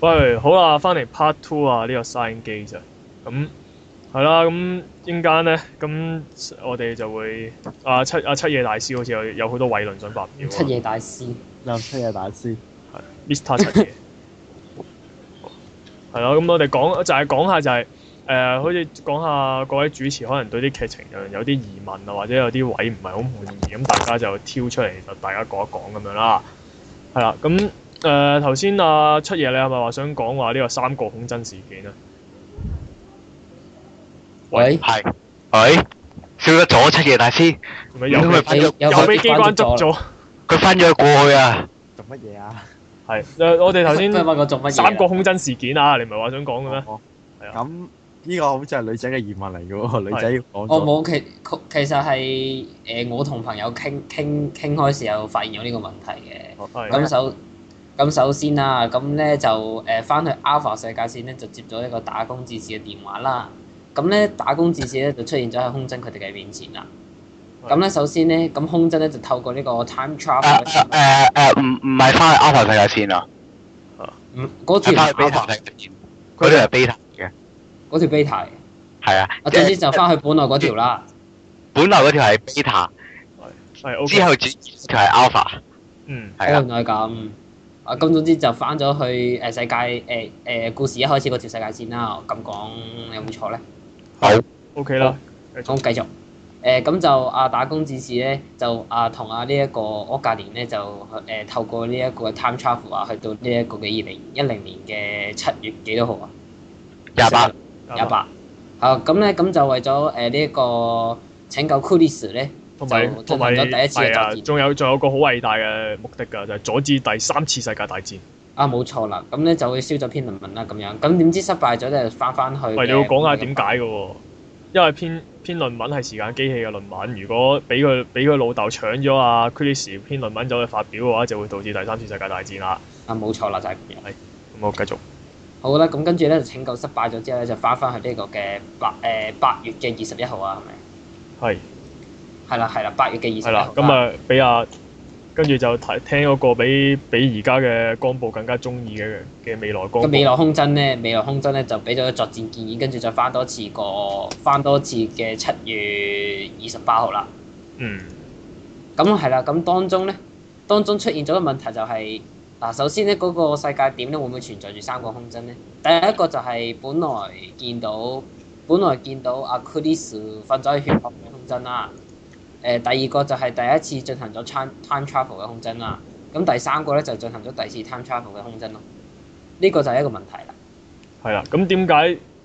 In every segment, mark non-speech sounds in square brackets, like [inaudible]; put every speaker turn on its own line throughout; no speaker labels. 喂，好啦，翻嚟 part two 啊，呢、個 sign 機咋，咁係啦，咁應間咧，咁我哋就會啊七啊七夜大師好似有有好多偉論想發表啊
七夜大師，
又出嘢大師，
Mr 七
[laughs]
爺，係啦，咁我哋講就係、講下就係、誒、好似講下各位主持可能對啲劇情有有啲疑問啊，或者有啲位唔係好滿意，咁大家就挑出嚟，就大家講一講咁樣啦。係啦，咁誒頭先啊七爺，你係咪話想講話呢個三角恐真事件啊？
喂，
系，喂，消失咗七夜大師，
係咪又
因為
俾
翻咗
有
又俾機關捉咗？
佢翻咗去過去啊，
做乜嘢啊？
係誒，我哋頭
都
先
係問我做乜嘢啊？
三角恐真事件啊，你唔係話想講嘅咩？
哦
係啊
咁呢個好似係女仔嘅疑問嚟嘅喎，女仔講
我
咗
冇其其實係誒、我同朋友傾傾傾開時候發現有呢個問題嘅。
係
哦咁首咁首先啦，咁咧就誒翻、去 Alpha 世界線咧，就接咗一個打工志士嘅電話啦。咁咧打工志士咧就出現咗喺空真佢哋嘅面前啦。咁咧首先咧，咁空真咧就透過呢個 time
诶
travel 嘅
诶诶，啊誒唔唔係翻去 Alpha 世界線啊，
嗯嗰條
係翻去
Alpha，
Beta 世界線，嗰條係 Beta 嘅，
嗰條 beta 嘅。
係啊
我，
即
總之
係
就翻去本來嗰條啦。
本來嗰條係 Beta，
係 OK，
之後轉佢係 Alpha，
嗯
係啊，
哦原來咁。啊，咁總之就翻咗去誒世界誒誒、故事一開始嗰條世界線啦。咁講有冇錯咧？
OK 啦，
咁繼續。誒咁、就啊打工戰士咧，就啊同啊呢一個柯格連咧就誒、透過呢一個 time travel 啊，去到呢一個嘅二零一零年嘅七月幾多號啊？
廿八，
廿八。啊咁咧咁就為咗誒呢一個拯救 Kulis 咧，
同
就
埋同埋
進行咗第一次嘅
係啊
作戰
仲有仲有個好偉大嘅目的㗎，就係、阻止第三次世界大戰。
啊冇錯啦，咁咧就會燒咗篇論文啦咁樣。咁點知失敗咗咧，就翻翻去。
喂，你要講下點解嘅喎？因為篇篇論文係時間機器嘅論文，如果俾佢俾佢老豆搶咗啊 Chris 篇論文走去發表嘅話，就會導致第三次世界大戰啦。
啊，冇錯啦，就係、咁樣。
咁我繼續。
好啦，咁跟住咧就拯救失敗咗之後咧，就翻翻去呢個嘅八誒八月嘅二十一號啊，係咪？
係
係啦，係啦，八月嘅二十
係
一
啦
號。，
咁啊俾阿跟住就睇聽嗰個比比而家嘅光部更加中意嘅嘅未來光
咁
部。
未來空真咧，未來空真咧就俾咗作戰建議，跟住就翻多次個翻多次嘅七月二十八號啦。
嗯
咁係啦，咁當中咧，當中出現咗個問題就係、嗱，首先咧嗰、個世界點咧會唔會存在住三個空真咧？第一個就係本來見到，本來見到阿 k u l i s 瞓咗喺血泊嘅空真啦。誒、第二個就係第一次進行咗 time time travel 嘅空真啦。咁第三個咧就進行咗第二次 time travel 嘅空真咯。呢、個就係一個問題啦。
係啦，咁點解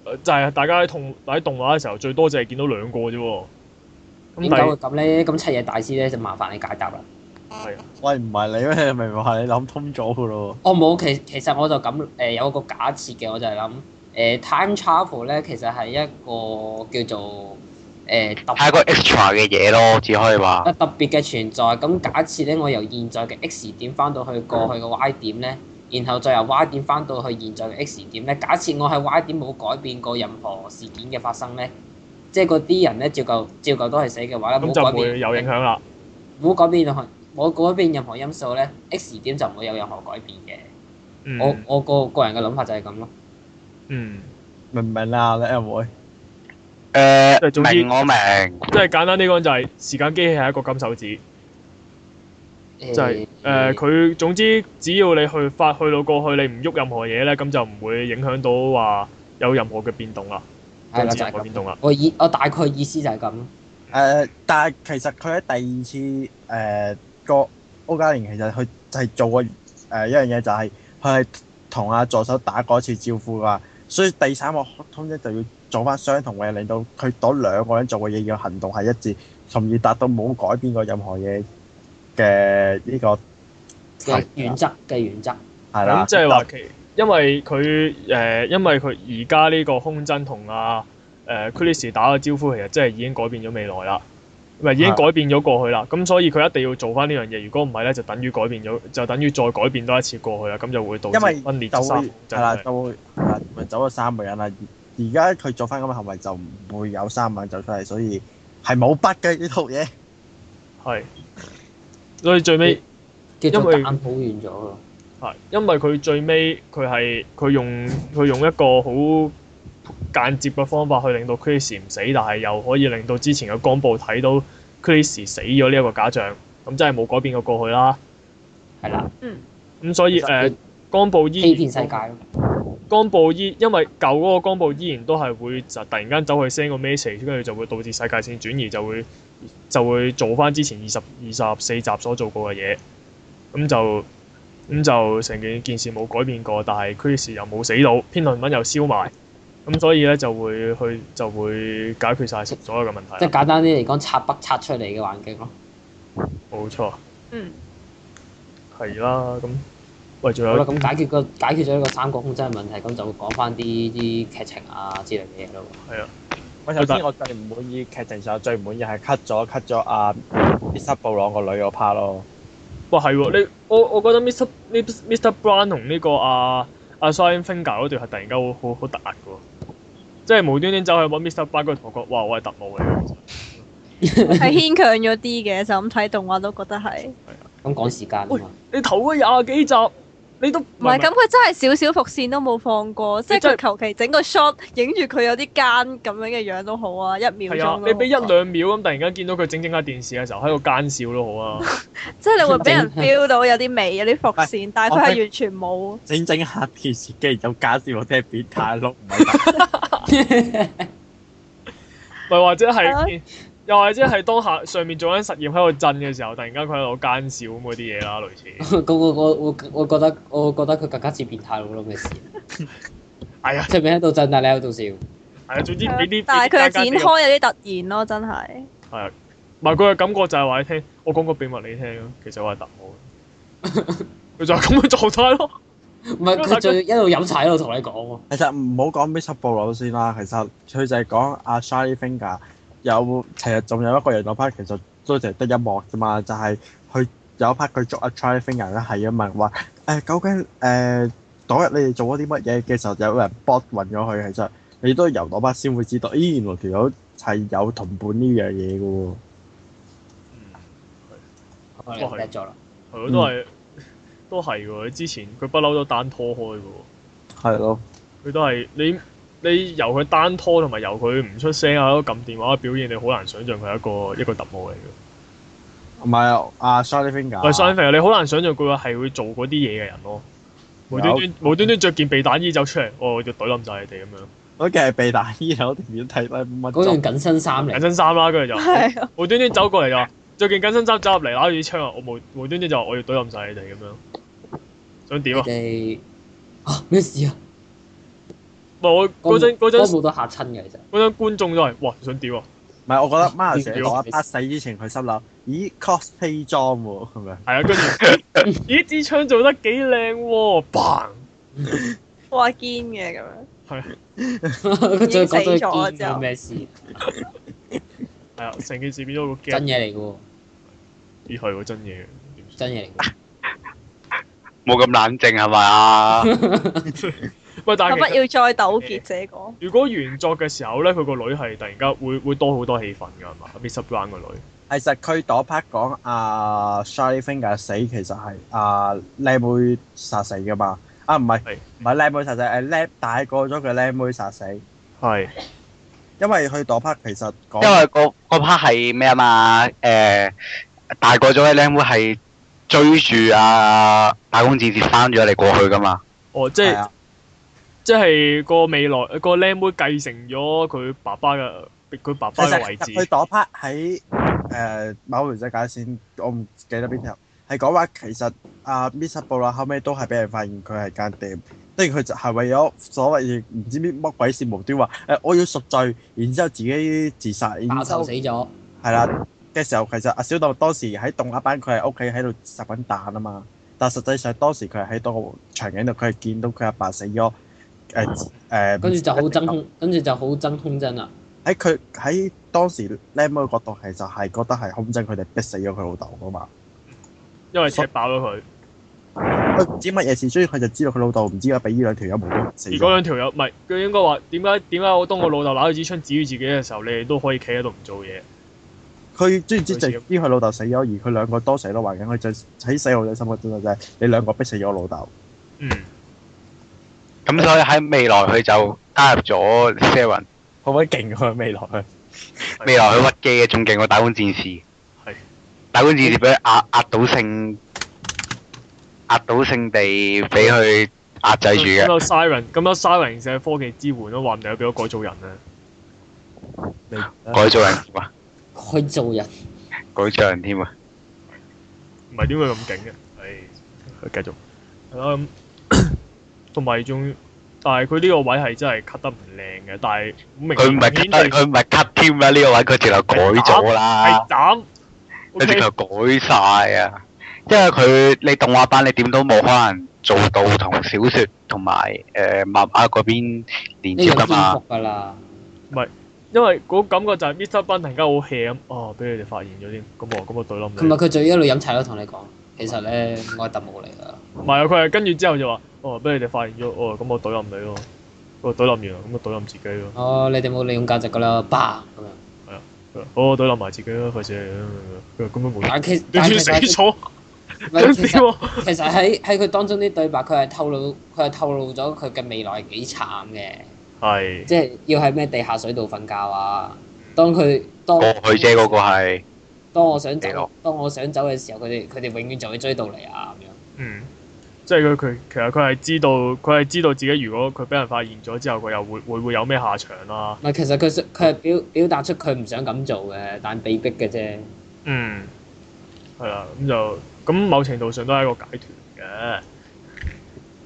呃就係、大家喺動喺動畫嘅時候最多就係見到兩個啫喎。咁
點解會
第
咁咧？咁七夜大師咧就麻煩你解答啦。
啊
喂唔係你咩？明明話你諗通咗嘅咯
我冇，其其實我就咁誒、呃有個假設嘅，我就係諗誒 time travel 咧，其實係一個叫做誒、特
係一個 extra 嘅嘢咯，只可以話
一特別嘅存在。咁假設咧，我由現在嘅 X 點翻到去
嗯
過去嘅 Y 點咧，然後再由 Y 點翻到去現在嘅 X 點咧，假設我喺 Y 點冇改變過任何事件嘅發生咧，即係嗰啲人咧照舊照舊都係死嘅話咧，
咁
冇
就
改
會
變
有影響啦。
冇改變任何冇改變任何因素咧，X 點就唔會有任何改變嘅。
嗯
我我個個人嘅諗法就係咁咯。
嗯。
喎，明唔明啊？你阿妹，
诶
即係總，之
明我明，
即係簡單啲講，就係時間機器係一個金手指，
就嗯
就係誒佢總之只要你去發去到過去，你唔喐任何嘢咧，咁就唔會影響到話有任何嘅變動啦，
係
導
啦，
致
就係
任何變動
咁。
啦。
我意我大概意思就係咁。
誒，呃但係其實佢喺第二次誒呃個歐嘉玲其實佢就係做過誒一樣嘢，就係佢係同阿助手打過一次招呼㗎，所以第三個通知就要做翻相同嘅嘢，令到佢嗰兩個人做嘅嘢要行動係一致，從而達到冇改變過任何嘢嘅呢個
嘅原則嘅原則
係
咁
啦。
即係話其因為佢誒、因為佢而家呢個空真同阿誒 Chris 打咗招呼，其實即係已經改變咗未來啦。唔係已經
係
改變咗過去啦，咁所以佢一定要做翻呢樣嘢。如果唔係咧，就等於改變咗，就等於再改變多一次過去啦，咁就會導
因為
致分裂
就
咗三
會
個
係啦，
真係
就會係啦，咪走咗三個人啦。而而家佢做翻咁嘅行為就唔會有三個人走出嚟，所以係冇筆嘅呢套嘢。
係。所以最尾
叫
因
做
為
蛋好完咗咯。
係，因為佢最尾佢係佢用佢用一個好間接嘅方法去令到 Chris 唔死，但係又可以令到之前嘅光部睇到 Chris 死咗呢一個假象，咁真係冇改變過過去啦。
係啦，
咁所以誒、呃，光部依
欺
然
騙世界咯。
光部依因為舊嗰個光部依然都係會就突然間走去 send 個 message，跟住就會導致世界線轉移，就會就會做翻之前二十二十四集所做過嘅嘢。咁就咁就成件件事冇改變過，但係 Chris 又冇死到，篇論文又燒埋，咁所以咧就會去就會解決晒所有嘅問題
即係
啦。
簡單啲嚟講，拆北拆出嚟嘅環境咯。
冇錯，
嗯，
係啦。咁喂，仲
好啦，
有
咁解決個解決咗呢個三角空真嘅問題，咁就會講翻啲啲劇情啊之類嘅嘢咯。
啊
我首先我最唔滿意劇情上最唔滿意係 cut 咗 cut 咗阿 Mr 布朗個女個 part 咯。
哇係喎，你我我覺得 Mr Mr Brown 同呢、個啊啊 s i n Finger 嗰段係突然間好好好突兀嘅喎，即係無端端走去揾 Mr Brown 嗰個同學，哇我係特務嚟嘅，其實
係牽強咗啲嘅，就咁睇動畫都覺得係。
咁趕時間啊嘛，
你頭嗰廿幾集你都唔
唔係咁，佢真係少少伏線都冇放過，即係佢求其整個 shot 影住佢有啲奸咁樣嘅樣都好啊，一秒
係啊
鐘，
你俾一
都好啊
兩秒咁突然間見到佢整整下電視嘅時候喺度奸笑都好
[laughs]
啊，
即係你會俾人 feel 到有啲味，有啲伏線，但係佢
我
係
聽
完全冇。
整整下電視機有假笑，我真係變態碌，唔係
咪或者
係啊
係 [laughs] 又或者係當下上面做緊實驗喺度震嘅時候，突然間佢喺度奸笑咁嗰啲嘢啦，類似。
[laughs] 咁我我我我覺得我覺得佢更加似變態佬咯嘅
[laughs]
事，
哎呀，
出面喺度震，但你喺度笑。
係啊，總之俾啲
但係佢
俾啲
嘅展
奸奸地嘅
開有啲突然咯，真係。
唔係佢嘅感覺就係話你聽，我講個秘密你聽咯，其實我係特務。佢就係咁嘅狀態咯。
唔係佢仲一路飲茶一路同你講
哦
喎。
其實唔好講 Mr 布朗先啦，其實佢就係講阿 Shiny Finger 有其實仲有一個人嗰 part 其實都淨係得一幕啫嘛，就係、佢有一 part 佢捉阿 Shiny Finger 咧係咁問話誒究竟誒嗰日你哋做咗啲乜嘢嘅時候，有人 b o 暈咗佢，其實你都由嗰 part 先會知道，咦原來條友係有同伴呢樣嘢嘅喎。
我哋叻咗啦，
哦係咯，都係都係喎。之前佢不嬲都單拖開嘅喎，
係咯，
佢都係你你由佢單拖同埋由佢唔出聲喺度撳電話嘅表現，你好難想象佢係一個一個特務嚟嘅。
唔係阿 Shiny
但係 s i
Finger，
n 你好難想象佢係會做嗰啲嘢嘅人咯。無端端無端端着件避彈衣走出嚟，哦，我就懟冧晒你哋咁樣，
嗰件係避彈衣，我哋點睇都
嗰
乜作
件緊身衫
緊
嚟，
身衫啦，跟住就。
係啊，
無端端走過嚟就話着件緊身衫走入嚟，攞住支槍啊！我無無端端就話我要懟冧晒你哋咁樣，想點
你
啊？
哋啊咩事啊？
唔係我嗰陣嗰
嗰
陣
部都嚇親嘅其實。
嗰陣觀眾都係哇想點啊？
唔係，我覺得 m a r 姐
嗯
講一 part 死之前，佢心諗：咦，cosplay 裝喎，咁樣。
係啊，跟住咦支槍做得幾靚喎，bang
哇堅嘅咁樣。
佢
已經
[laughs] 最
死
啊
講最
咗
堅
之後
有咩事？
係啊，成件事變咗個 g a
真嘢嚟嘅喎，
咦係喎真嘢嘅點算
真嘢嚟嘅。
冇咁冷靜係
[laughs]
咪啊？
[laughs] 喂，但
我不
係其實
要再糾結這個。
如果原作嘅時候咧，佢個女係突然間會會多好多氣氛㗎係嘛？Miss Brown 個女
其實佢嗰 part 講阿 Shiny Finger 死，其實係阿靚妹殺死噶嘛。啊，唔係
係
唔係靚妹殺死，係靚大個咗嘅靚妹殺死。
係
因為佢嗰 part 其實講
因為個個 part 係咩啊嘛？誒、大個咗嘅靚妹係追住啊打工戰士翻咗嚟過去噶嘛？
哦，即
係
係
啊，
即係個未來個靚妹繼承咗佢爸爸嘅佢爸
其
爸嘅
實
位置
佢。嗰 part 喺誒某條世界線，我唔記得邊條，係講話其實阿 Miss 布啦後尾都係俾人發現佢係間諜，跟住佢就係為咗所謂唔知乜乜鬼事無端話誒我要贖罪，然之後自己自殺，
爆
然之
頭
後
死咗，
係啦嘅時候，其實阿小豆當時喺動畫版佢喺屋企喺度食緊蛋啊嘛，但實際上當時佢係喺度場景度，佢係見到佢阿爸死咗呃誒誒，
跟住就好
[laughs]
憎空，跟住就好憎空真啦。
喺佢喺當時僆妹嘅角度，其實係覺得係空真佢哋逼死咗佢老豆噶嘛。
因為踢爆咗佢。
佢唔知乜嘢事，所以佢就知道佢老豆唔知解俾呢兩條友無端端死
而嗰
咗。
兩條友唔係佢應該話點解點解我當我老豆攞住支槍指住自己嘅時候，你哋都可以企喺度唔做嘢？
佢知唔知直因佢老豆死咗，而佢兩個都死咗環境，佢就喺細路仔心目中就係你兩個逼死咗我老豆。
嗯，
咁所以喺未來佢就加入咗 Seven，
可唔可以勁佢未 [laughs] 來？
係
未來啊佢屈機嘅仲勁過打官戰士。
係
打官戰士俾佢壓壓倒性壓倒性地俾佢壓制住
咁
嘅。
有 Siren，咁有 Siren 嘅科技支援咯，話唔定有幾多改造人啊！
你
改造人添啊，
改造
[laughs]
人
改造人添啊，
唔係點會咁勁嘅？係，佢繼續係啦。咁 [coughs] 同埋仲，但係佢呢個位係真係 cut 得唔靚嘅，但係好明
佢唔係
明顯
cut 佢唔啊係 cut 添啦，呢個位佢直頭改咗啦
係，斬。O
佢
K，
直頭改晒啊！因為佢你動畫版你點都冇可能做到同小説同埋誒漫畫嗰邊連
呢
接
樣
噶
顛
嘛。
覆㗎啦，
因為嗰感覺就係 Mr. Bun 突然間好 hea 咁，哦，俾佢哋發現咗添，咁我咁我對冧
同埋
你。
佢仲要一路飲茶都同你講，其實咧我係特務嚟㗎，
唔係啊，佢係跟住之後就話，哦，俾佢哋發現咗，哦，咁我對冧你咯，我對冧完啦，咁我對冧自己咯。
哦你哋冇利用價值㗎啦，吧咁樣。
好，我對哦冧埋自己咯，費事你咁樣咁樣冇。
但其
你
但
轉
其
死
實
咗，
唔
想
係
點
其實
喎？
其實喺喺佢當中啲對白，佢係透露佢係透露咗佢嘅未來係幾慘嘅，
係。
即係要喺咩地下水道瞓覺啊。當佢當
過哦去啫，嗰個係
當我想
地牢
走，當我想走嘅時候，佢哋佢哋永遠就會追到嚟啊咁樣。
嗯，即係佢佢其實佢係知道，佢係知道自己如果佢俾人發現咗之後，佢又會會會有咩下場啊啦、
唔係，其實佢想佢係
嗯
表表達出佢唔想咁做嘅，但被逼嘅啫。 [laughs]
嗯，係啦，咁就咁某程度上都係一個解脱嘅，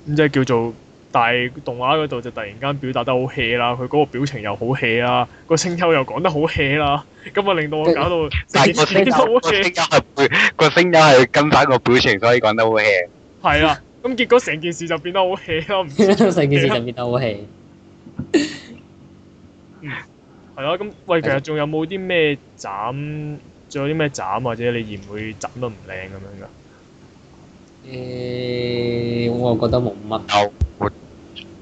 咁即係叫做，但係動畫嗰度就突然間表達得好 hea 啦，佢嗰個表情又好 hea 啦，個聲優又講得好 hea 啦，咁啊令到我搞
[laughs]
到
但
成
係個聲
件事都好
優個聲
hea，
優係會個聲優係跟翻個表情，所以講得好 hea。
係啦，咁結果成件事就變得好 hea 啦，唔知
成件事就變得好氣。
係咯，咁喂，其實仲有冇啲咩斬？仲有啲咩斬或者你嫌會斬得唔靚咁樣噶？
誒、我覺得冇乜。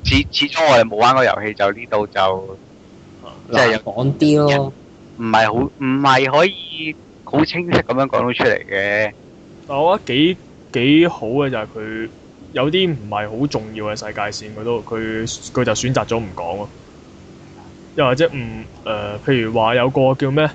始始終我哋冇玩過遊戲，就呢度就即係有
難講啲咯，
唔係好唔係可以好清晰咁樣講到出嚟嘅。
但我覺得幾幾好嘅就係佢有啲唔係好重要嘅世界線，佢都佢佢就選擇咗唔講咯。又或者唔誒、呃譬如話有個叫咩？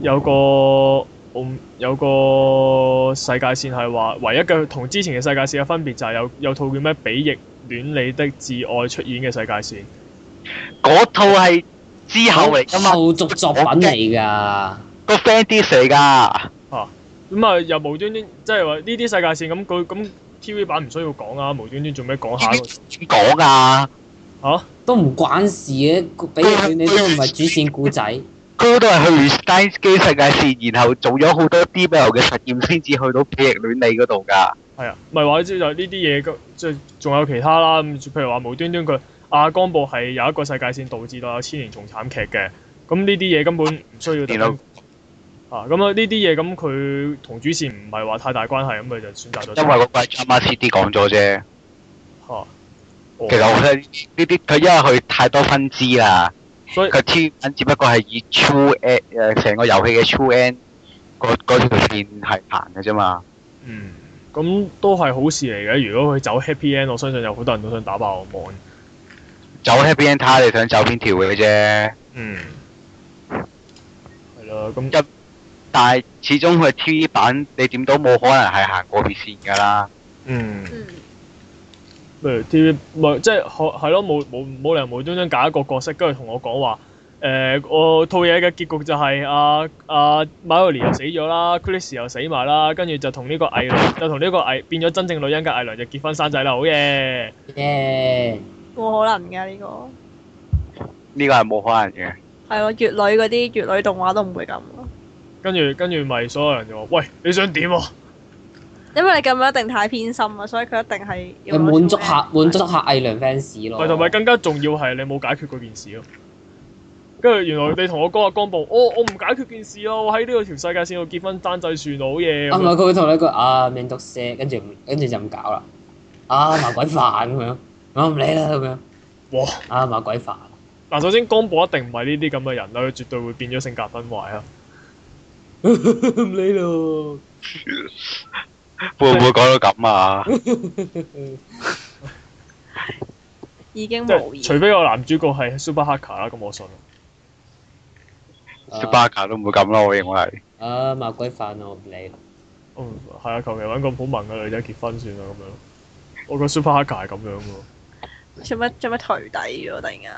有個我唔有個世界線係話唯一嘅同之前嘅世界線嘅分別就係有有套叫咩《比翼戀你的摯愛》出演嘅世界線。
嗰套係之後嚟噶嘛，
後續作品嚟㗎。
個 friend dis 嚟㗎。
咁啊，又無端端即係話呢啲世界線咁，佢咁 TV 版唔需要講啊，無端端做咩講下一個？
點講啊㗎？
都唔關事嘅，個比喻你都唔係主線故仔，
佢嗰度係去 Stein 機世界線，然後做咗好多 DBL 嘅實驗先至去到皮翼戀你嗰度㗎。
係啊，唔係話即係就呢啲嘢咁，即係仲有其他啦。咁譬如話無端端佢阿江部係有一個世界線導致到有千年重慘劇嘅，咁呢啲嘢根本唔需要特
然後
登啊。咁啊，呢啲嘢咁佢同主線唔係話太大關係，咁佢就選擇咗
因為嗰個係 Drama CD 講咗啫。
啊。哦
其實我覺得呢啲佢因為佢太多分支啦，
所以
佢 T 版只不過係以 True End 誒成個遊戲嘅 True End 嗰嗰條線係行嘅啫嘛。
嗯，咁都係好事嚟嘅。如果佢走 happy end，我相信有好多人都想打爆我 mon。
走 Happy End 睇下你想走邊條嘅啫。
嗯，係啦，咁
但係始終佢 T 版你點都冇可能係行嗰條線㗎啦。
嗯。
嗯，
譬如 TV 咪即係可係咯，冇冇冇理由無端端揀一個角色，跟住同我講話誒，我套嘢嘅結局就係阿阿 m i l e y 又死咗啦，Chris 又死埋啦，跟住就同呢個藝良就同呢個藝變咗真正女人嘅藝良就結婚生仔啦，好嘢！
耶！
冇可能㗎呢個。
呢個係冇可能嘅。
係咯，粵女嗰啲粵女動畫都唔會咁咯，
跟住跟住咪所有人就話：喂，你想點啊？
因為你咁樣一定太偏心啊，所以佢一定係
你滿足下滿足下藝良 fans 咯。
喂，同埋更加重要係你冇解決嗰件事咯。跟住原來你同我講話江部，我我唔解決件事啊咯，我喺呢個條世界線度結婚生仔算啦，好嘢！
啊唔係佢會同你講啊命毒蛇，跟住唔跟住就唔搞啦。啊麻鬼煩咁樣，我唔理啦咁樣。
哇！
啊麻鬼 [laughs] 煩，
嗱，首先江寶一定唔係呢啲咁嘅人啦，佢絕對會變咗性格崩壞啊！
唔理咯。
會唔會講到咁 [laughs] 啊？
已經
即
無
係除
言。
非個男主角係 Super Hacker 啦，咁我信。啊
Ờ,
小巴卡都唔會咁咯，我認為。
啊，麻鬼煩啊！我唔理。
嗯，係啊，求其揾個好文嘅女仔結婚算啦，咁樣。我個 Super Hacker 係咁樣喎。
做乜做乜頹底咗突然間？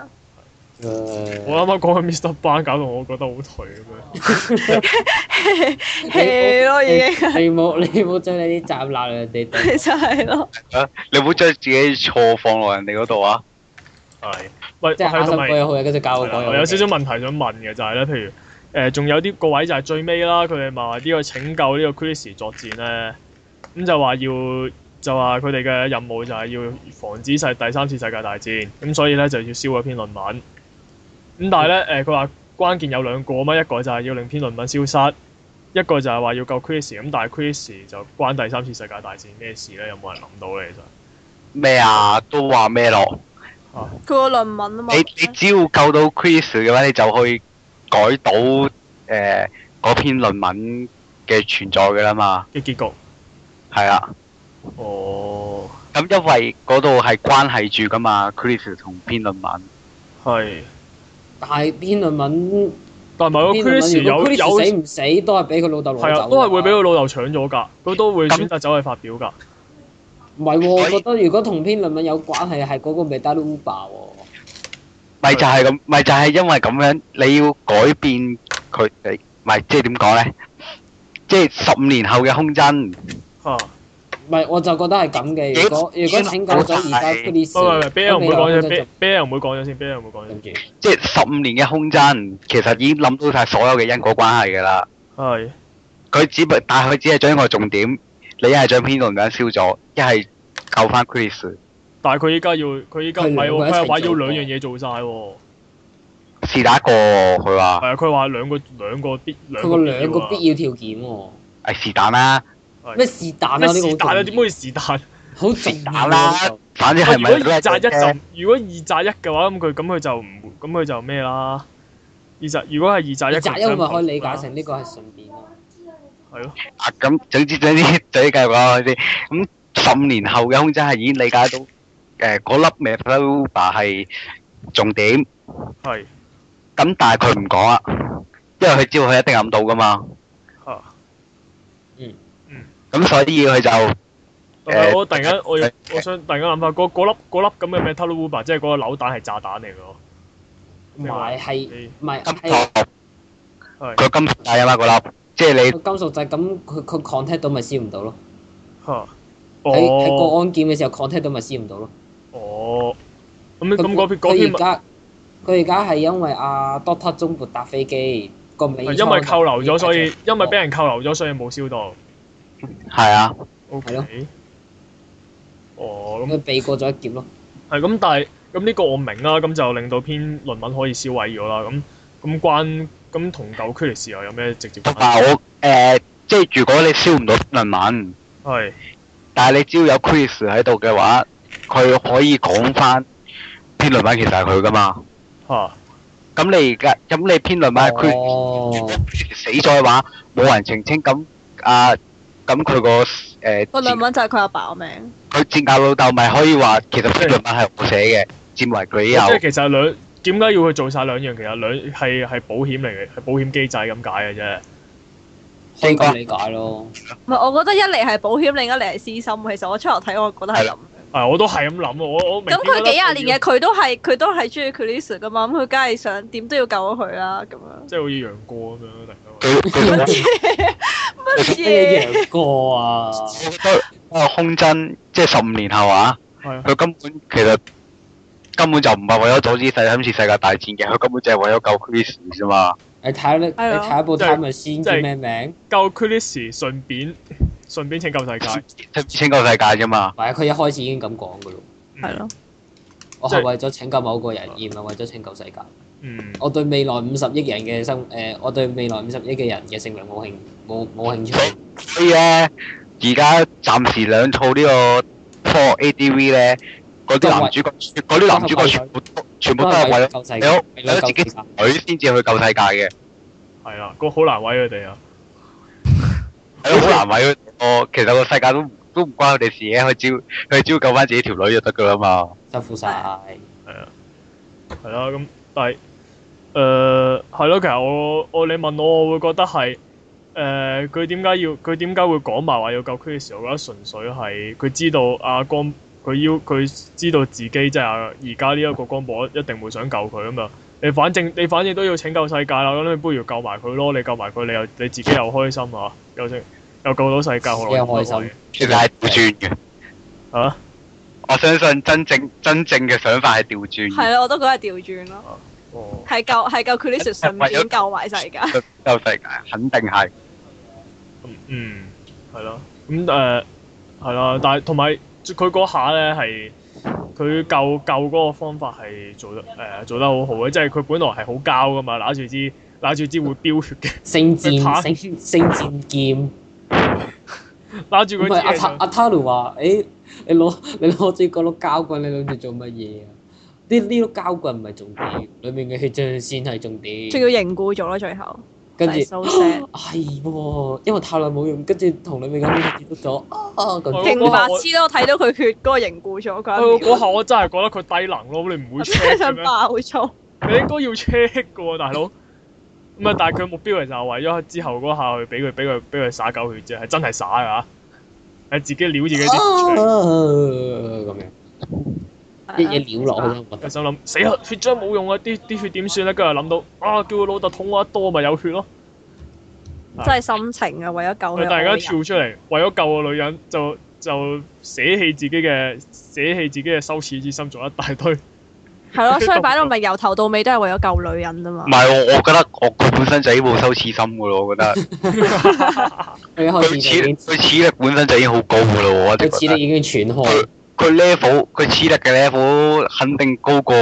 Ờ, 誒，
我啱啱講緊 Mr. Bang 搞到我覺得好頹咁樣。
氣咯已經， [laughs]
你冇你冇將你啲站鬧人哋度。
其實係咯。
你唔好將自己錯放落人哋嗰度啊！
係。喂，
即係阿
係
心
同埋
講。有好嘢，跟住教我
係啦
啊講
我有少少問題想問嘅就係咧，譬如誒，仲、有啲個位就係最尾啦，佢哋咪話呢個拯救呢個 Chris 作戰咧，咁就話要就話佢哋嘅任務就係要防止世第三次世界大戰，咁所以咧就要燒嗰篇論文。咁但係咧誒，佢、話關鍵有兩個啊嘛，一個就係要令篇論文消失，一個就係話要救 Chris，咁但係 Chris 就關第三次世界大戰咩事咧？有冇人諗到咧？其實
咩啊？都話咩咯？
佢個論文啊嘛
你，你只要救到 Chris 嘅話，你就可以改到誒嗰、篇論文嘅存在噶啦嘛。
嘅結局，
係啊，
哦，
咁因為嗰度係關係住噶嘛，Chris 同篇論文。
係，
但係篇論文，
但係咪
篇
個
論
Chris
文如
有
果 Chris
有
死唔死都係俾佢老豆攞走
係
㗎
啊，
嘛。
都係會俾佢老豆搶咗㗎，佢都會
咁
選擇走去發表㗎。
唔係喎，我
所以
覺得如果同篇論文有關係，係嗰個 m e d a l u b a 喎。
咪就係咁，咪就係因為咁樣，你要改變佢哋，咪即係點講咧？即係十五年後嘅空真，
嚇，
唔係，我就覺得係咁嘅。如果如果拯救咗而家
幾
Chris，
喂喂喂，啤人唔會講
咁
咗
未來
先，啤人唔會講咗先，啤人唔會講咗
跟
先。
住
即係十五年嘅空真，其實已經諗到晒所有嘅因果關係㗎啦。
嗯
係
佢只不，但係佢只係將一個重點，你一係將篇論文燒咗，一係救翻 Chris，
但係佢依家要，佢依家唔
佢
係
兩
喎，
個
佢
一齊
係話要
做啊
兩
過
樣嘢做晒喎。
是打一個佢話
係啊，佢話兩個兩個必兩
佢
個
個兩個
必
必要條件喎。
係是但啦，
要啊
咩是但啊？
咩
呢個
是但啊？
好
點
重
可
要
以是但？
好重
是
要
但啦
啊。呢個
反正係
喂
咪
如果二擲一
叻啫
就，如果二擲一嘅話，咁佢咁佢就唔，咁佢就咩啦？二擲如果係二擲一，
二擲一咪可以理解
成
成呢個係順便咯。
係咯。
啊咁總之總之總之繼續講先。咁十五年後嘅空真係已經理解到誒嗰粒 m e t a l u b a 係重點，咁
係
但係佢唔講啊，因為佢知道佢一定諗到噶嘛，
嚇。
咁所以佢就
但係
誒
我突然間，我要
誒
我想突然間諗下，嗰嗰粒嗰粒咁嘅 metal u b e 即係嗰個扭蛋係炸彈嚟嘅喎。
唔係係
你
唔係
金
係
屬，佢金屬帶啊嘛嗰粒，即係你
個金屬掣咁，佢佢 contact 到咪燒唔到咯？
嚇。
喺喺
哦
過安檢嘅時候 contact 到咪燒唔到咯？
哦。咁
佢
咁嗰篇嗰篇
佢而
咪
家佢而家係因為阿 Doctor 中撥搭飛機個尾艙
因為扣留咗，所以
哦
因為俾人扣留咗，所以冇燒到。
係啊，
O K。哦，咁
佢避過咗一劫咯。
係咁，但係咁呢個我明啦，咁就令到篇論文可以燒毀咗啦。咁咁關咁同舊 c u r i s 又有咩直接
同
關
埋
係？
我誒即係如果你燒唔到論文。
係
但係你只要有 Chris 喺度嘅話，佢可以講翻篇論文其實係佢噶嘛。
嚇
咁你而家咁你篇論文係 Chris
哦，
死咗嘅話，冇人澄清咁啊，咁佢個呃誒
個論
佢
文就係佢阿爸個名。
戰教老豆咪可以話其實篇論文係我寫嘅，佔為己
哦即係
有。
其實兩點解要佢做晒兩樣？其實兩係係保險嚟嘅，係保險機制咁解嘅啫。
可以咁理解咯。
唔係，我覺得一嚟係保險，另一嚟係私心。其實我出頭睇，我覺得係
係
咁
啦。
啊，我都係咁諗喎，我我明
咁
點解
佢幾廿年
得
嘅佢都係佢都係中意 Chris 噶嘛，咁佢梗係想點都要救咗佢啦咁樣。
即係好似楊過咁樣突然間
佢佢仲
[laughs] 乜
咩
嘢？
楊過啊？
我覺得啊空真即係十五年後啊，
係啊
佢根本其實根本就唔係為咗阻止第三次世界大戰嘅，佢根本就係為咗救 Chris 啫嘛。
你睇下你你睇下部
即係
time 先
即
叫
係
咩名？
救 Chris，順便順便拯救世界。
拯救世界啫嘛，
唔係佢一開始已經咁講噶咯。
係咯，
我
即係啊
係為咗拯救某個人，而唔係為咗拯救世界。
嗯，
我對未來五十億人嘅生誒、呃我對未來五十億嘅人嘅性命冇興冇冇興趣。
所以咧，而家暫時兩套呢個 Four ADV 咧，嗰啲男主角，嗰啲男主角全部都全部
都
都
係
係
為
為
咗救世
你好
界，為咗救世界。
嗯
咗佢先至去救世界嘅，
係啦，個好難為佢哋啊。
係咯，好難為我。其實個世界都都唔關佢哋事嘅，佢只要佢只要救翻自己條女就得噶啦嘛。
辛苦晒。
係啦，咁但係誒係咯，其實我我你問我，我會覺得係誒佢點解要佢點解會講埋話要救 Chris 嘅時候，我覺得純粹係佢知道阿江佢要佢知道自己即係而家呢一個江博一定會想救佢咁嘛。你反正你反正都要拯救世界啦，咁你不如救埋佢咯。你救埋佢，你又你自己又開心啊，又正又救到世界，
自
好
己又開心
其實係調轉嘅。
啊！
我相信真正真正嘅想法係調轉
係
嘅，
啦，我都覺得係調轉咯，
哦，
係救係救 Clisus 順便救埋世界。
救世界肯定係。
嗯嗯，係咯，咁誒係啦，但係同埋佢嗰下咧係佢救救嗰個方法係做得誒、做得好好嘅，即係佢本來係好膠噶嘛，揦住支揦住支會飆血嘅， [laughs]
聖
佢怕
戰聖聖戰劍，
揦住
唔
嗰
係阿
支嘢
塔
就
阿塔魯話：，誒，你攞 [laughs] 你攞住嗰碌膠棍，你諗住做乜嘢啊？呢呢碌膠棍唔係重點，裡面嘅血漿先係重點。
仲要凝固咗咯，最後
跟住
真係 so sad
係喎，因為太耐冇用，跟住同裡面嘅血結束咗啊
我
勁
咁。
白痴咯！我睇到佢血嗰個凝固咗
我
嗰一
哎嗰下
秒，
我真係覺得佢低能咯，你唔會
我 [laughs] 真係
check 嘅
想
咩？
爆粗。
你應該要 check 嘅喎，大佬。唔係，但係佢目標其實係為咗之後嗰下去俾佢俾佢俾佢灑狗血啫，係真係灑㗎，係自己撩自己啲血
哦
出嚟。
啊咁樣
啊
一嘢撩落去咯，我
就
覺得
心諗死啦，血漿冇用啊！啲啲血點算咧？跟住諗到啊，叫佢老豆捅我一刀咪有血咯。
真係心情啊，為咗救
佢
佢愛人。
突然間跳出嚟，為咗救個女人，就就捨棄自己嘅捨棄自己嘅羞恥之心，做一大堆。
係咯，所以擺到咪由頭到尾都係為咗救女人啫啊嘛
唔。係我，我覺得我佢本身就已經冇羞恥心噶咯，
[laughs]
我覺得
佢一開
佢
始就已經
恥佢恥力本身就已經好高噶咯，我
佢
哋
似
覺
你
得
已經喘開。
佢 level 佢恥力嘅 level 肯定高過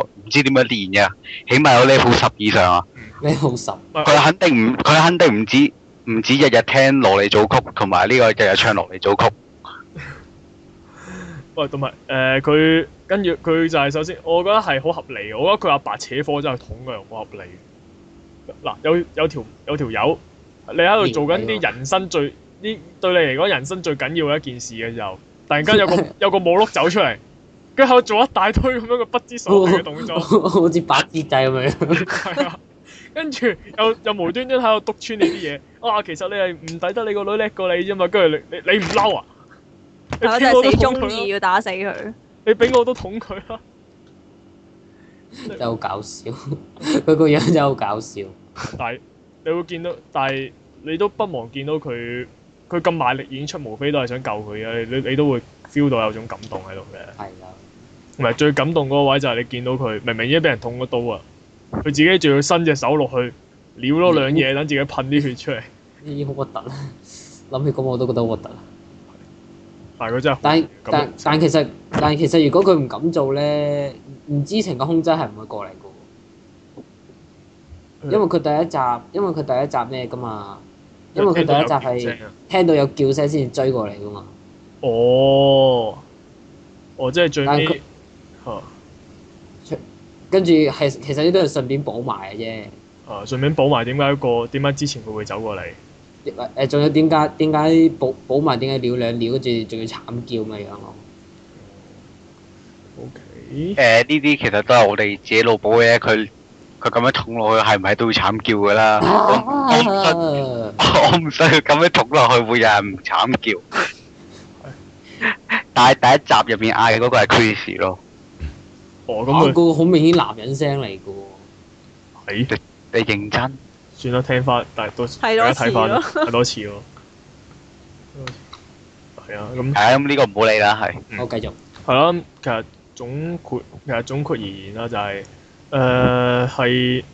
唔知點樣練嘅，起碼有 level 十以上啊！
你好十， [laughs]
佢肯定唔佢肯定唔止唔止日日聽羅莉組曲同埋呢個日日唱羅莉組曲，
喂，同埋誒佢跟住佢就係首先，我覺得係好合理嘅。我覺得佢阿爸扯火真係捅嘅，好合理。嗱，有有條有條友，你喺度做緊啲人生最呢對你嚟講人生最緊要嘅一件事嘅時候，突然間有
[laughs]
個有個冇碌走出嚟，跟住喺度做一大堆咁樣嘅不知
哦
所謂嘅動作，
好似白痴仔咁樣。 [laughs]
係啊，跟住又又無端端喺度篤穿你啲嘢。啊，其實你係唔抵得你個女叻過你啫嘛，跟住你你你唔嬲啊？你
係咯，
俾我都
就係死
捅
中意
佢
啊
啦，
要打死佢。
你俾我都捅佢啦。
真係好搞笑，佢個樣真係好搞笑。
但係你會見到，但係你都不忘見到佢佢咁賣力演出，無非都係想救佢嘅，你你你都會 feel 到有種感動喺度嘅。
係啊啦，
唔係最感動嗰個位就係你見到佢明明已經俾人捅咗刀啊，佢自己仲要伸隻手落去撩咗
嗯
兩嘢，等自己噴啲血出嚟。
呢啲好核突啊！諗起咁我都覺得好核突啊。
但係佢真係好
但但
感動
但其實但其實如果佢唔敢做咧，唔知情嘅空真係唔會過嚟嘅
嗯
喎。因為佢第一集，因為佢第一集咩噶嘛？因為佢第一集係
啊
聽到有叫聲先追過嚟噶嘛。
哦，哦，即係最
但係
尾哦
佢
嚇
跟住係其實呢都係順便補埋嘅啫。
啊，順便補埋點解個點解之前佢會走過嚟？
誒仲有點解點解補補埋點解撩兩撩，跟住仲要慘叫咁樣咯？
O K，
誒呢啲其實都係我哋自己腦補嘅，佢佢咁樣捅落去係唔係都會慘叫噶啦？我我唔 [laughs] 信。
啊
我唔想佢咁樣捅落去，會有人唔慘叫。但係第一集入面嗌嘅嗰個係 Chris 咯，
哦
嗰
咁佢
個好明顯男人聲嚟嘅喎，
係。
你認真？
算啦，聽翻，但係都
睇多次
大家睇翻
咯
啦，睇多次咯。係啊，咁
係啊，咁呢個唔好理啦，係。
嗯
我繼續。
係啦，其實總括其實總括而言啦，就係誒係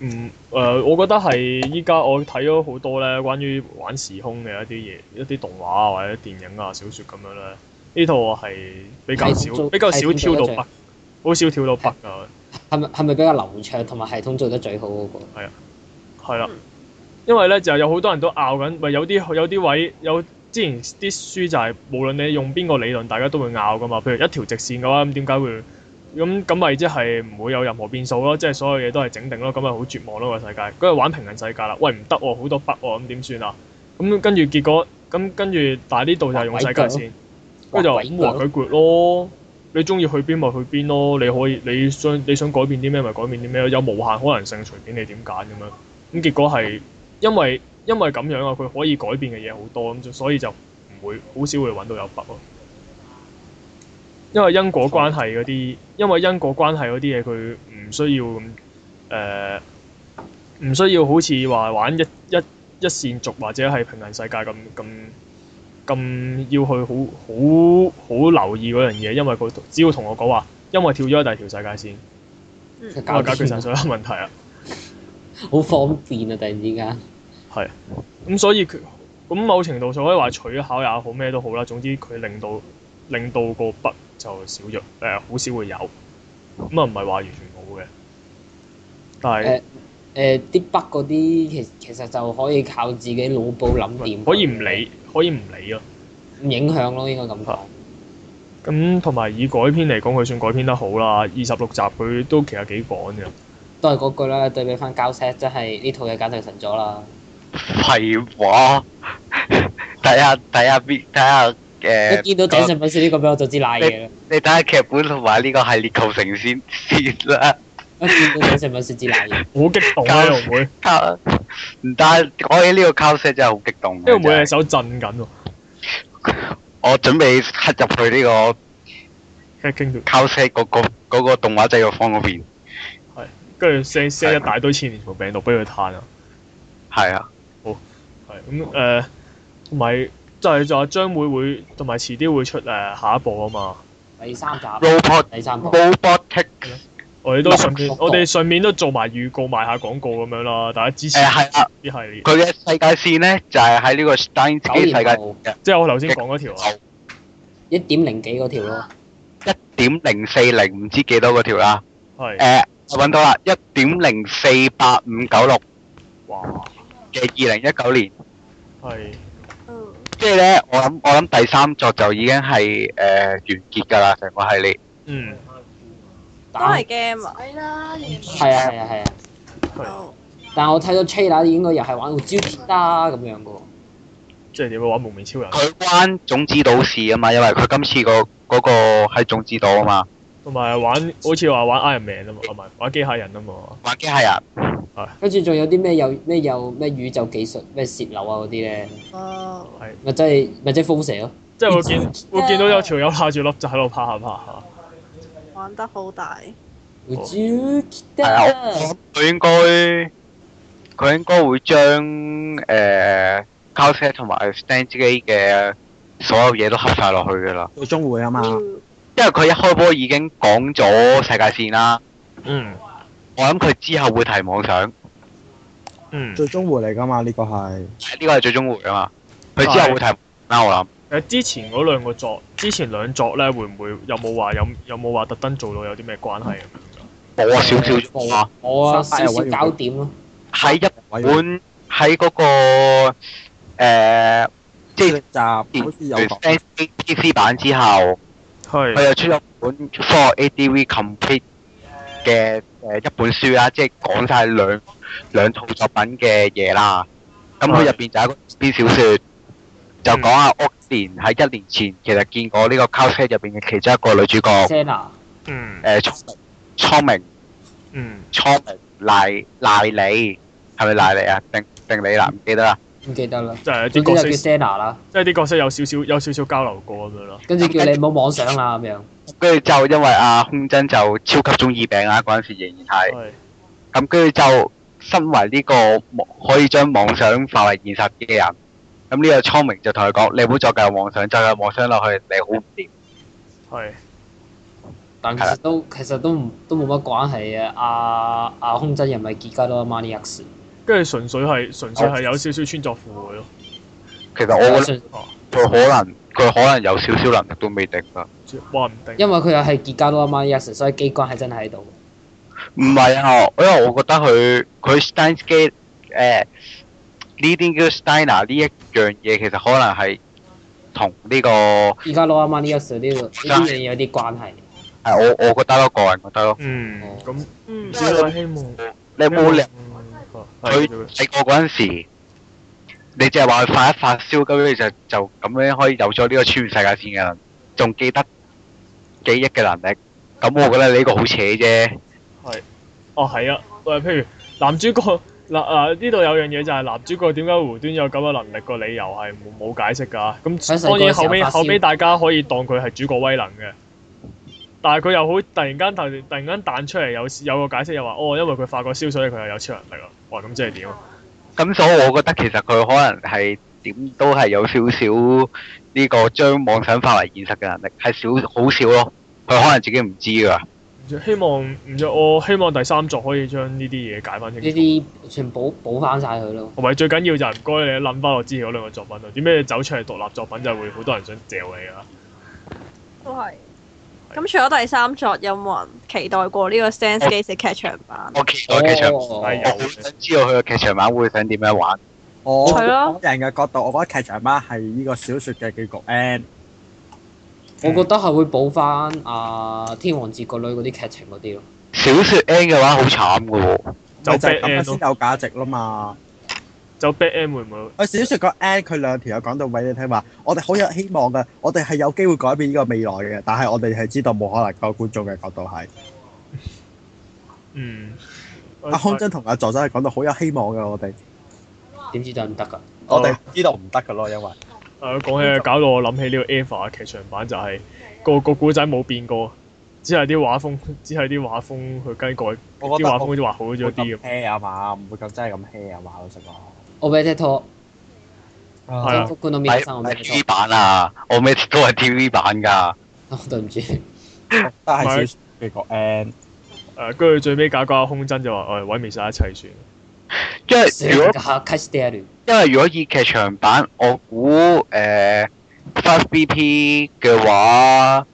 唔誒，我覺得係依家我睇咗好多咧，關於玩時空嘅一啲嘢，一啲動畫啊或者電影啊、小説咁樣咧。呢套我係比較
係
少
做
比較少跳到
係做得
北，好少跳到北㗎。
係咪係咪比較流暢同埋系統做得最好嗰、個？
係啦，因為咧就有好多人都拗緊，咪有啲有啲位有之前啲書就係、無論你用邊個理論，大家都會拗噶嘛。譬如一條直線嘅話，咁點解會咁咁咪即係唔會有任何變數咯？即係所有嘢都係整定咯，咁咪好絕望咯個世界。跟住玩平行世界啦，喂唔得喎，好多筆喎，咁點算啊？咁跟住結果咁跟住，但係呢度就係用世界線，跟住就話咁話佢攰咯。你中意去邊咪去邊咯，你可以你想你想改變啲咩咪改變啲咩，有無限可能性，隨便你點揀咁樣。咁結果係因為因為咁樣啊，佢可以改變嘅嘢好多，咁就所以就唔會好少會揾到有筆咯。因為因果關係嗰啲，因為因果關係嗰啲嘢，佢唔需要咁誒，唔、需要好似話玩一一一線族或者係平行世界咁咁咁要去好好好留意嗰樣嘢，因為佢只要同我講話，因為跳咗去第二條世界線，
佢
咁
搞
就解決晒
掂
所有問題啊啦。
好方便啊！突然之間，
係，咁所以佢咁某程度上可以話取巧也好咩都好啦，總之佢令到令到個筆就少咗，誒、好少會有，咁啊唔係話完全冇嘅，但係
誒誒啲筆嗰啲其其實就可以靠自己腦部諗掂，
啊可以唔，理，可以唔理咯。
唔影響咯，應該咁講。
咁同埋以改編嚟講，佢算改編得好啦。二十六集佢都其實幾趕嘅，
都係嗰句啦，對比翻交 set 真係呢套嘢簡直神咗啦。
廢話。睇下睇下邊睇下
一
誒，
見到井上品書呢個俾我就知賴嘢啦，
你睇下劇本同埋呢個系列構成先先啦。
一見到井上品書知賴嘢。 [laughs]
好激動啊！呢個妹，
靠唔單講起呢個 concept 真係好激動啊。
呢個妹隻
真係
手震緊喎，
我準備黑入去呢個
跟住傾住，
concept 嗰個嗰個動畫製作方嗰邊。
跟住 send send 一大堆千年蟲病毒俾佢嘆啊！
係啊，
係咁誒，同埋就係就話將會會同埋遲啲會出誒、下一部啊嘛，
第三集，啊
robot
第三部，
robotic
我哋都順便
嗯
我哋順便都做埋預告賣下廣告咁樣啦，大家支持
誒係啊
呢系列，
佢嘅世界線咧就係喺呢個 Stein
九
自己世
年
界
後
即係我頭先講嗰條啊，
一點零幾嗰條咯，
一點零四零唔知幾多嗰條啦。
係
誒，我揾到啦，一點零四八五九六
哇
嘅二零一九年。
係
嗯，
即係咧，我諗我諗第三作就已經係誒、呃完結㗎啦，成個系列。
嗯
都
但
係
係
game 啊。
係啊係啊係啊，
係
哦
但係我睇到 trailer 應該又係玩到招鐵啦咁樣嘅喎。
即係點樣玩蒙面超人，
佢關種子島事啊嘛，因為佢今次、個嗰、個喺種子島啊嘛，
同埋玩好似話玩 Iron Man 啊嘛，啊唔係玩機械人啊嘛，
玩機械人。
跟住仲有啲咩有咩有咩宇宙技術咩泄漏啊嗰啲咧，
哦，
咪真係咪即係輻射咯。
即係會
嗯
見會見到有條友拿住粒就喺度拍下拍下，
玩得好大。
會
哦
招
係啊，
得
我佢應該佢應該會將誒 c o s 同埋 Stand 自己嘅所有嘢都合晒落去㗎啦。
最終會啊嘛，
嗯
因為佢一開波已經講咗世界線啦，
嗯
我諗佢之後會提妄想，呢
嗯。
最終會嚟㗎嘛，呢個係
個係最終回啊嘛。佢之後會提妄想啦，我諗。
誒之前嗰兩個作，之前兩作咧會唔會有冇話有有冇話特登做到有啲咩關係咁樣㗎？
冇啊，少少啫嘛。
我啊
殺
少
人
少
委員
搞掂咯，
喺日
委員
本喺嗰、個、呃、即係
集好似有講
ATC 版之後，佢
係
又出咗本科學 ADV Complete 嘅誒、呃一本書啦，即係講晒兩兩套作品嘅嘢啦。咁佢入邊就有一個篇小説，就講阿屋田喺一年前其實見過呢個 c o s 入邊嘅其中一個女主角，誒、
Senna
嗯
聰明聰明。
嗯
聰明賴賴你，係咪賴你啊？定定你啦？唔記得啦。
唔記得啦，
即係
總
啲
之
角
就
色，
叫
即
Senna 啦，
係啲角色有少少有少少交流過咁樣咯。
跟住叫你唔好妄想啦咁樣。
跟住就因為阿空真就超級中意餅啦，嗰陣時仍然係。
係
咁跟住就身為呢個妄可以將妄想化為現實嘅人，咁呢個聰明就同佢講：你唔好再繼續妄想，再繼續妄想落去，你好唔掂。
係
但其
係啦啊
實都其實都唔都冇乜關係嘅。阿阿空真又咪結交到 Money X，
跟住純粹係純粹係有少少穿作附會咯。
其實我覺
純
得佢可能佢可能有少少能力都未定啊㗎。
話唔定
因為佢又係結交到 Money X，所以機關係真係喺度。
唔係啊，因為我覺得佢佢 Stein 機誒呢啲叫 Steiner 呢一樣嘢，其實可能係同呢個係
而家攞 Money X 呢個呢啲嘢有啲關係。
我我覺得咯，個人覺得咯。
嗯咁，
嗯，
只係希望
你冇理
嗯係
佢細個嗰陣時你淨係話佢發一發燒，咁你就就咁樣可以有咗呢個穿越世界線嘅能，仲記得記憶嘅能力。咁我覺得你呢個好扯啫。
哦，係啊，誒，譬如男主角嗱 [laughs] 啊，呢度有樣嘢就係男主角點解胡端有咁嘅能力個理由係冇冇解釋㗎。
喺細
咁
個
當
嘅
然
時
後
候
尾
發燒
後尾大家可以當佢係主角威能嘅，但係佢又好突然間突突然間彈出嚟有有個解釋又話哦，因為佢發過燒，所以佢又有超能力啊。哇，咁即係點啊？
咁所以我覺得其實佢可能係點都係有少少呢個將妄想化為現實嘅能力，係少好少咯。佢可能自己唔知㗎。
希望唔知我希望第三作可以將呢啲嘢解翻清
呢
楚。
啲全部補翻晒佢咯。
同埋最緊要就係唔該你諗翻我之前嗰兩個作品度，啊點解你走出嚟獨立作品就會好多人想嚼你啊？
都係。咁除咗第三作，有冇人期待過呢個 Sense 機嘅劇場版？
我期待劇場，嗯我
哦
係
好想知道佢嘅劇場版會想點樣玩。
我
係咯
人嘅角度，我覺得劇場版係呢個小説嘅結局 end。
我覺得係會補翻啊天王節個女嗰啲劇情嗰啲咯。
小説 N 嘅話好慘㗎喎。
就
咪就係
bad
咁樣
end
先
啊
咯，
有價值啦嘛。
就 bad end 會唔會？
我小説個 end 佢兩條友講到俾你聽話，我哋好有希望嘅，我哋係有機會改變呢個未來嘅，但係我哋係知道冇可能個觀眾嘅角度係。
嗯，
阿空啊真同阿助手係講到好有希望嘅，我哋
點知就唔得㗎？
我哋知道唔得嘅咯，因為
誒啊講起搞到我諗起呢個 Eva 劇場版就係、個個古仔冇變過，只係啲畫風，只係啲畫風去跟改，啲
我覺得
畫
我
風畫好咗啲
咁
咁。
hea 啊嘛，唔會咁真係咁 hea 啊嘛，老實講。
我俾你拖，
係啊
即係觀到面生我俾
係
你
TV
[laughs]
版啊，我咩都係 TV 版㗎。
拖。哦對唔住，
但係小説結局 end。
誒，跟住最尾搞搞阿空真就話誒毀滅晒一切算。
因為
死
如果
㗎嚇 c a s t e l
因為如果以劇場版，我估誒 Fast BP 嘅話，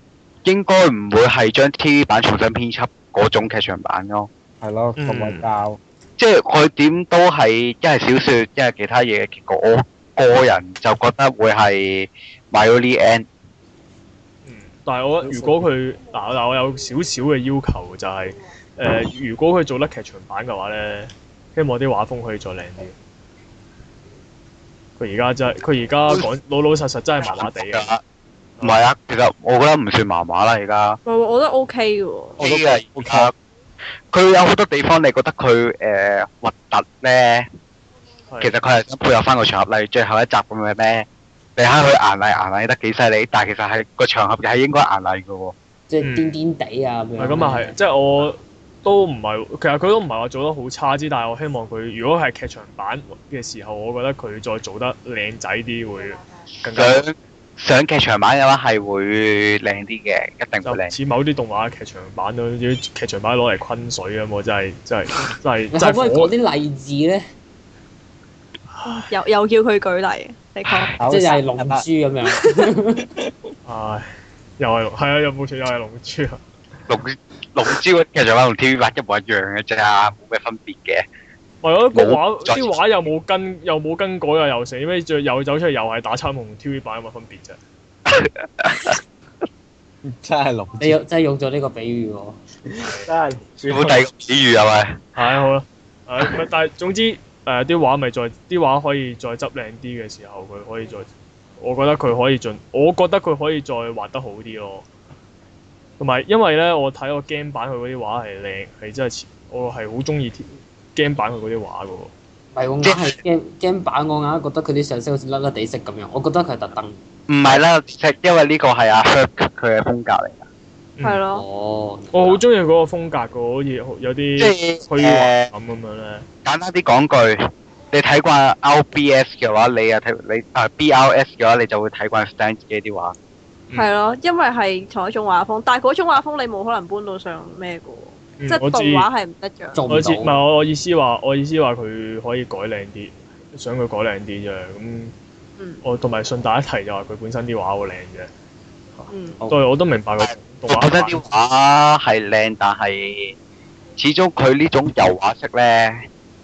應該唔會係將 TV 版重新編輯嗰種劇場版咯。
係咯，
嗯
咁鬼交。
即係佢點都係一係小説，一係其他嘢嘅結果。我個人就覺得會係 m y o l i N。
嗯
但係我覺得如果佢嗱嗱，我有少少嘅要求就係、誒，如果佢做得劇場版嘅話咧，希望啲畫風可以再靚啲。佢而家真係，佢而家講老老實實真係麻麻地嘅。
唔係啊，其實我覺得唔算麻麻啦，而家。
唔係喎我覺得 OK 嘅喎。
我都覺
係
得
而家佢有好多地方，你覺得佢誒核突咧？
係
其實佢係想配合翻個場合，例如最後一集咁樣咧，你睇佢硬嚟硬嚟得幾犀利，但係其實係個場合係應該硬嚟嘅喎。
即係
嗯
癲癲地啊咁樣。
係咁啊，
[laughs]
係即係我都唔係，其實佢都唔係話做得好差之，但係我希望佢如果係劇場版嘅時候，我覺得佢再做得靚仔啲會更加好
想想劇場版嘅話係會靚啲嘅，一定會
就
靚。
似某啲動畫劇場版咯，啲劇場版攞嚟昆水咁，我真係真係真
[laughs]
係
你
真
可唔
係
可以
火
講啲例子咧？
又又叫佢舉例，你講
即係又
啊
係龍珠咁
[laughs]
樣。
唉，又係龍，係啊，又冇錯，又係龍珠啊！
龍龍珠嘅劇場版同 TV 版一模一樣嘅啫，冇咩分別嘅。
喂，我覺得個畫
冇再
啲畫又冇跟，又冇更改啊，又成，咩最又走出嚟又係打參同 TV 版有乜分別啫？
真係龍珠，
你用真係用咗呢個比喻喎。
真係
有冇第二個比喻係咪？
係好啦，誒咪但係總之誒啲畫咪再啲畫可以再執靚啲嘅時候，佢可以再，我覺得佢可以進，我覺得佢可以再畫得好啲咯。同埋因為咧，我睇個 game 版佢嗰啲畫係靚，係真係似我係好中意 game 版佢嗰啲畫噶喎。
唔係我硬係 game game 版，我硬係覺得佢啲上色好似甩甩地色咁樣。我覺得佢係特登。
唔係啦，即係因為呢個係阿 Herb 佢嘅風格嚟㗎。
嗯
係咯。
哦。
我好中意嗰個風格噶，好似好有啲
即係
虛幻感咁樣咧。
簡單啲講句，你睇慣 LBS 嘅話，你啊睇你啊 BRS 嘅話，你就會睇慣 Stan 自己啲畫。
嗯
係咯，因為係同一種畫風，但係嗰種畫風你冇可能搬到上咩嘅喎，
嗯
即係
我
動
知
畫係唔得嘅。
做唔
我知，唔
到。
係我意思話，我意思話佢可以改靚啲，想佢改靚啲啫。咁
嗯
我同埋順帶一提就話佢本身啲畫好靚啫。哦
嗯，
好
對，我都明白佢動
我覺得
畫
啲
版
畫係靚，但係始終佢呢種油畫式咧，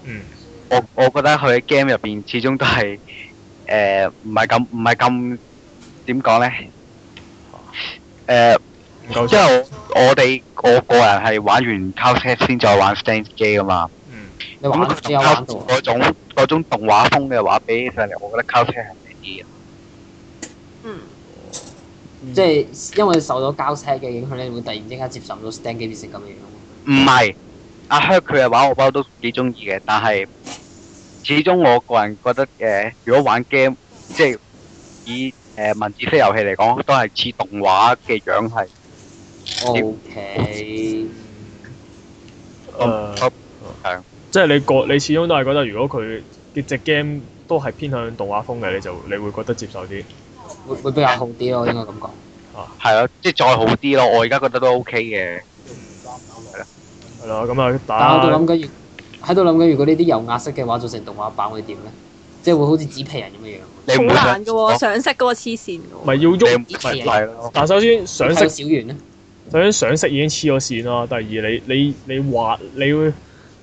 嗯
我我覺得佢喺 game 入邊始終都係誒唔係咁唔係咁點講咧？誒、
唔夠
因
出。
為我我哋我個人係玩完 c o s e t 先再玩 Stan 機噶嘛。
嗯
你玩
咁佢
你有玩到啊？
嗰種嗰種動畫風嘅話，比起上嚟，我覺得卡車係靚啲嘅。
嗯，
即係因為受到交車嘅影響咧，你會突然之間接受唔到 stand 機變成咁嘅樣。
唔係阿 Her 佢嘅話，我包都幾中意嘅，但係始終我個人覺得誒、呃如果玩 game 即係以誒、呃文字飛遊戲嚟講，都係似動畫嘅樣係。
O K，
誒即係你個你始終都係覺得，如果佢嘅只 game 都係偏向動畫風嘅，你就你會覺得接受啲。
會會比較好啲咯，應該咁講。
係咯，即係再好啲咯。我而家覺得都 OK 嘅。
係啦，咁啊
但係我喺
打
度諗緊，如喺度諗緊，如果呢啲油壓式嘅話做成動畫版會點咧？即係會好似紙皮人咁嘅樣。
你唔會
好
想
難嘅喎，上色嗰個黐線嘅
哦咪
喎。
要喐。
你唔
係
係咯，
但首先上色
睇到小圓咧，
首先上色已經黐咗線啦，第二你你你畫你會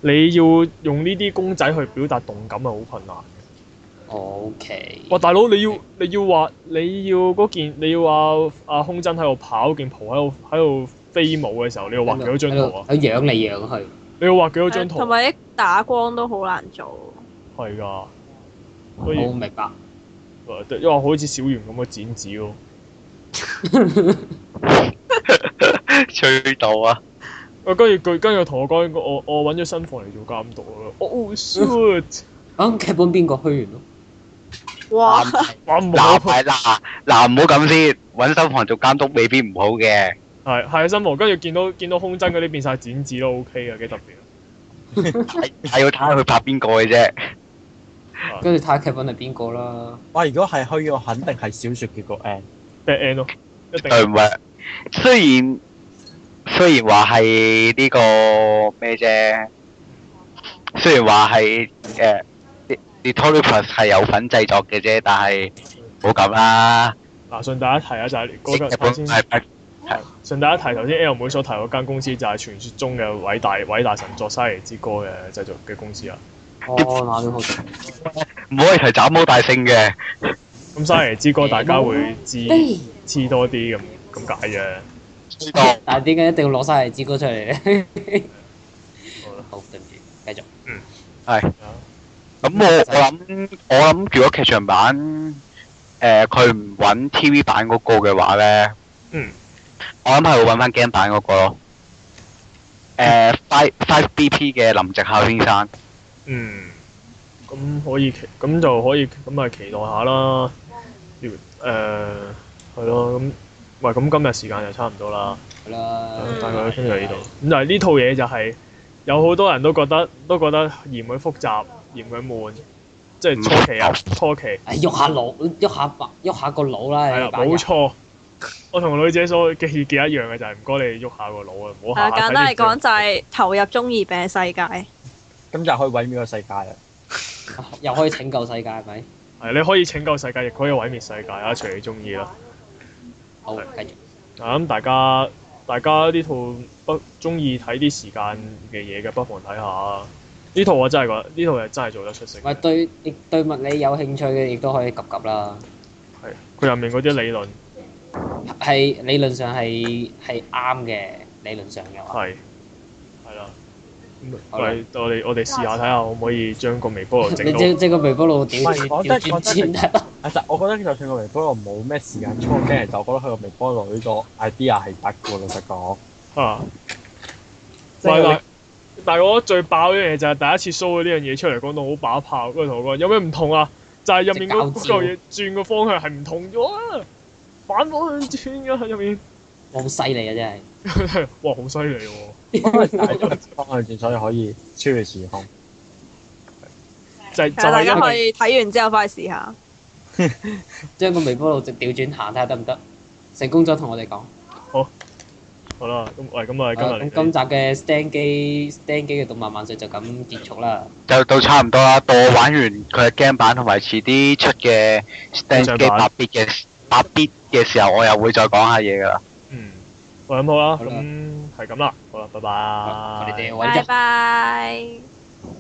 你要用呢啲公仔去表達動感係好困難嘅。
O K，
哇，大佬你要你要畫你要嗰件你要話阿空真喺度跑，件袍喺度喺度飛舞嘅時候，你要畫幾多張圖啊？
喺度養嚟養去，
你要畫幾多張圖啊
啊同？埋啲打光都好難做。
係㗎，所以
我明白。
誒因為好似小圓咁嘅剪紙咯。
吹到啊！
啊跟住佢跟住同我講，我我揾咗新房嚟做監督啦。Oh
[laughs]
shit！
咁啊劇本邊個虛完咯？
啊
哇！啊
哇冇
嗱，唔係嗱嗱，唔好咁先，揾新房做監督未必唔好嘅。
係係啊新房，跟住見到見到空真嗰啲變晒剪紙都 OK 嘅，幾特別。
係係要睇下佢拍邊個嘅啫。
跟住睇下劇本係邊
[laughs]
個啦。
哇！如果係虛嘅，我肯定係小説結局 N。
bad end 咯，一定
對唔係，雖然雖然話係呢個咩啫，雖然話係誒 d e t o r i p l u s 係有份製作嘅啫，但係唔好咁啦。
嗱，順帶一提啊，就係嗰
日
個頭
本
先，
係拍
順帶一提頭先 L 妹所提嗰間公司就係傳説中嘅偉大偉大神作《沙耶之歌》嘅製作嘅公司啊。
哦，馬都好食。
唔可以提斬魔大聖嘅。
咁《沙耶之歌》大家會知
嘿
知多啲咁咁解啫。
知道
但係點解一定要攞晒嚟支歌出嚟咧？
好啦
[laughs] 好，對唔住，繼續。
係。咁我我諗我諗，如果劇場版誒佢唔揾 TV 版嗰個嘅話咧，
嗯，
我諗係會揾翻 game 版嗰個咯。誒 Five Five BP 嘅林夕孝先生，
嗯，咁可以期，咁就可以咁咪期待下啦。要誒係咯，咁喂，咁今日時間就差唔多啦。
好啦
嗯，大概傾到呢度。咁但係呢套嘢就係有好多人都覺得都覺得嫌佢複雜，嫌佢悶，即係初期啊，初期
唉，喐下腦，喐下白，喐下個腦
啊
啦。
係啦，
你班人 [laughs]
冇。錯。我同女姐所嘅意見一樣嘅，就係唔該你喐下個腦啊，唔好
啊，
下下睇
簡單嚟
啲
講就係投入中二病嘅世界。
咁就可以毀滅個世界啦。
又可以拯救世界係咪？
係你可以拯救世界，亦可以毀滅世界啊，隨你中意啦。
好，繼續。
啊咁大家大家呢套不中意睇啲時間嘅嘢嘅，不妨睇下。呢套我真係覺得呢套嘢真係做得出色嘅。
咪對，亦對物理有興趣嘅，亦都可以及及啦。
係佢入面嗰啲理論
係理論上係係啱嘅，理論上嘅話。
係係啦。咁
嗯好
我
啦
哋我哋我哋試下睇下可唔可以將個微波爐整
你
到
即即個微波爐屌
喂
轉
講
屌
真
轉
講真
轉得啦。
其實我覺得就算個微波爐冇咩時間衝擊，其實我覺得佢個微波爐呢個 idea 係得嘅。老實講，
啊！
即係
喂但係我覺得最爆一樣嘢就係第一次 show 咗呢樣嘢出嚟，講到好把炮，跟住同我講有咩唔同啊？就係入面嗰
隻
嗰
膠
嚿嘢轉個方向係唔同咗啊！反方向轉㗎入面， [laughs]
我好犀利啊！真係。
哇好犀利喎！
因為大咗方向轉，所以可以超越時空。
就係就
係大
係
家
因
可
為
以睇完之後翻去試下。
將個微波爐直調轉行睇下得唔得？成功咗同我哋講。
好啦，咁喂咁啊，
好啦
今
咁
日
今集嘅 stand 機 stand 機嘅動漫萬歲就咁結束啦。
就到差唔多啦。到我玩完佢嘅 game 版同埋遲啲出嘅 stand 機
劇場版
八 bit 嘅八 bit 嘅時候，我又會再講下嘢噶啦。
嗯，喂咁好啦，
好啦
咁係咁啦，好啦，拜拜。
我哋哋揾
拜
一。
拜。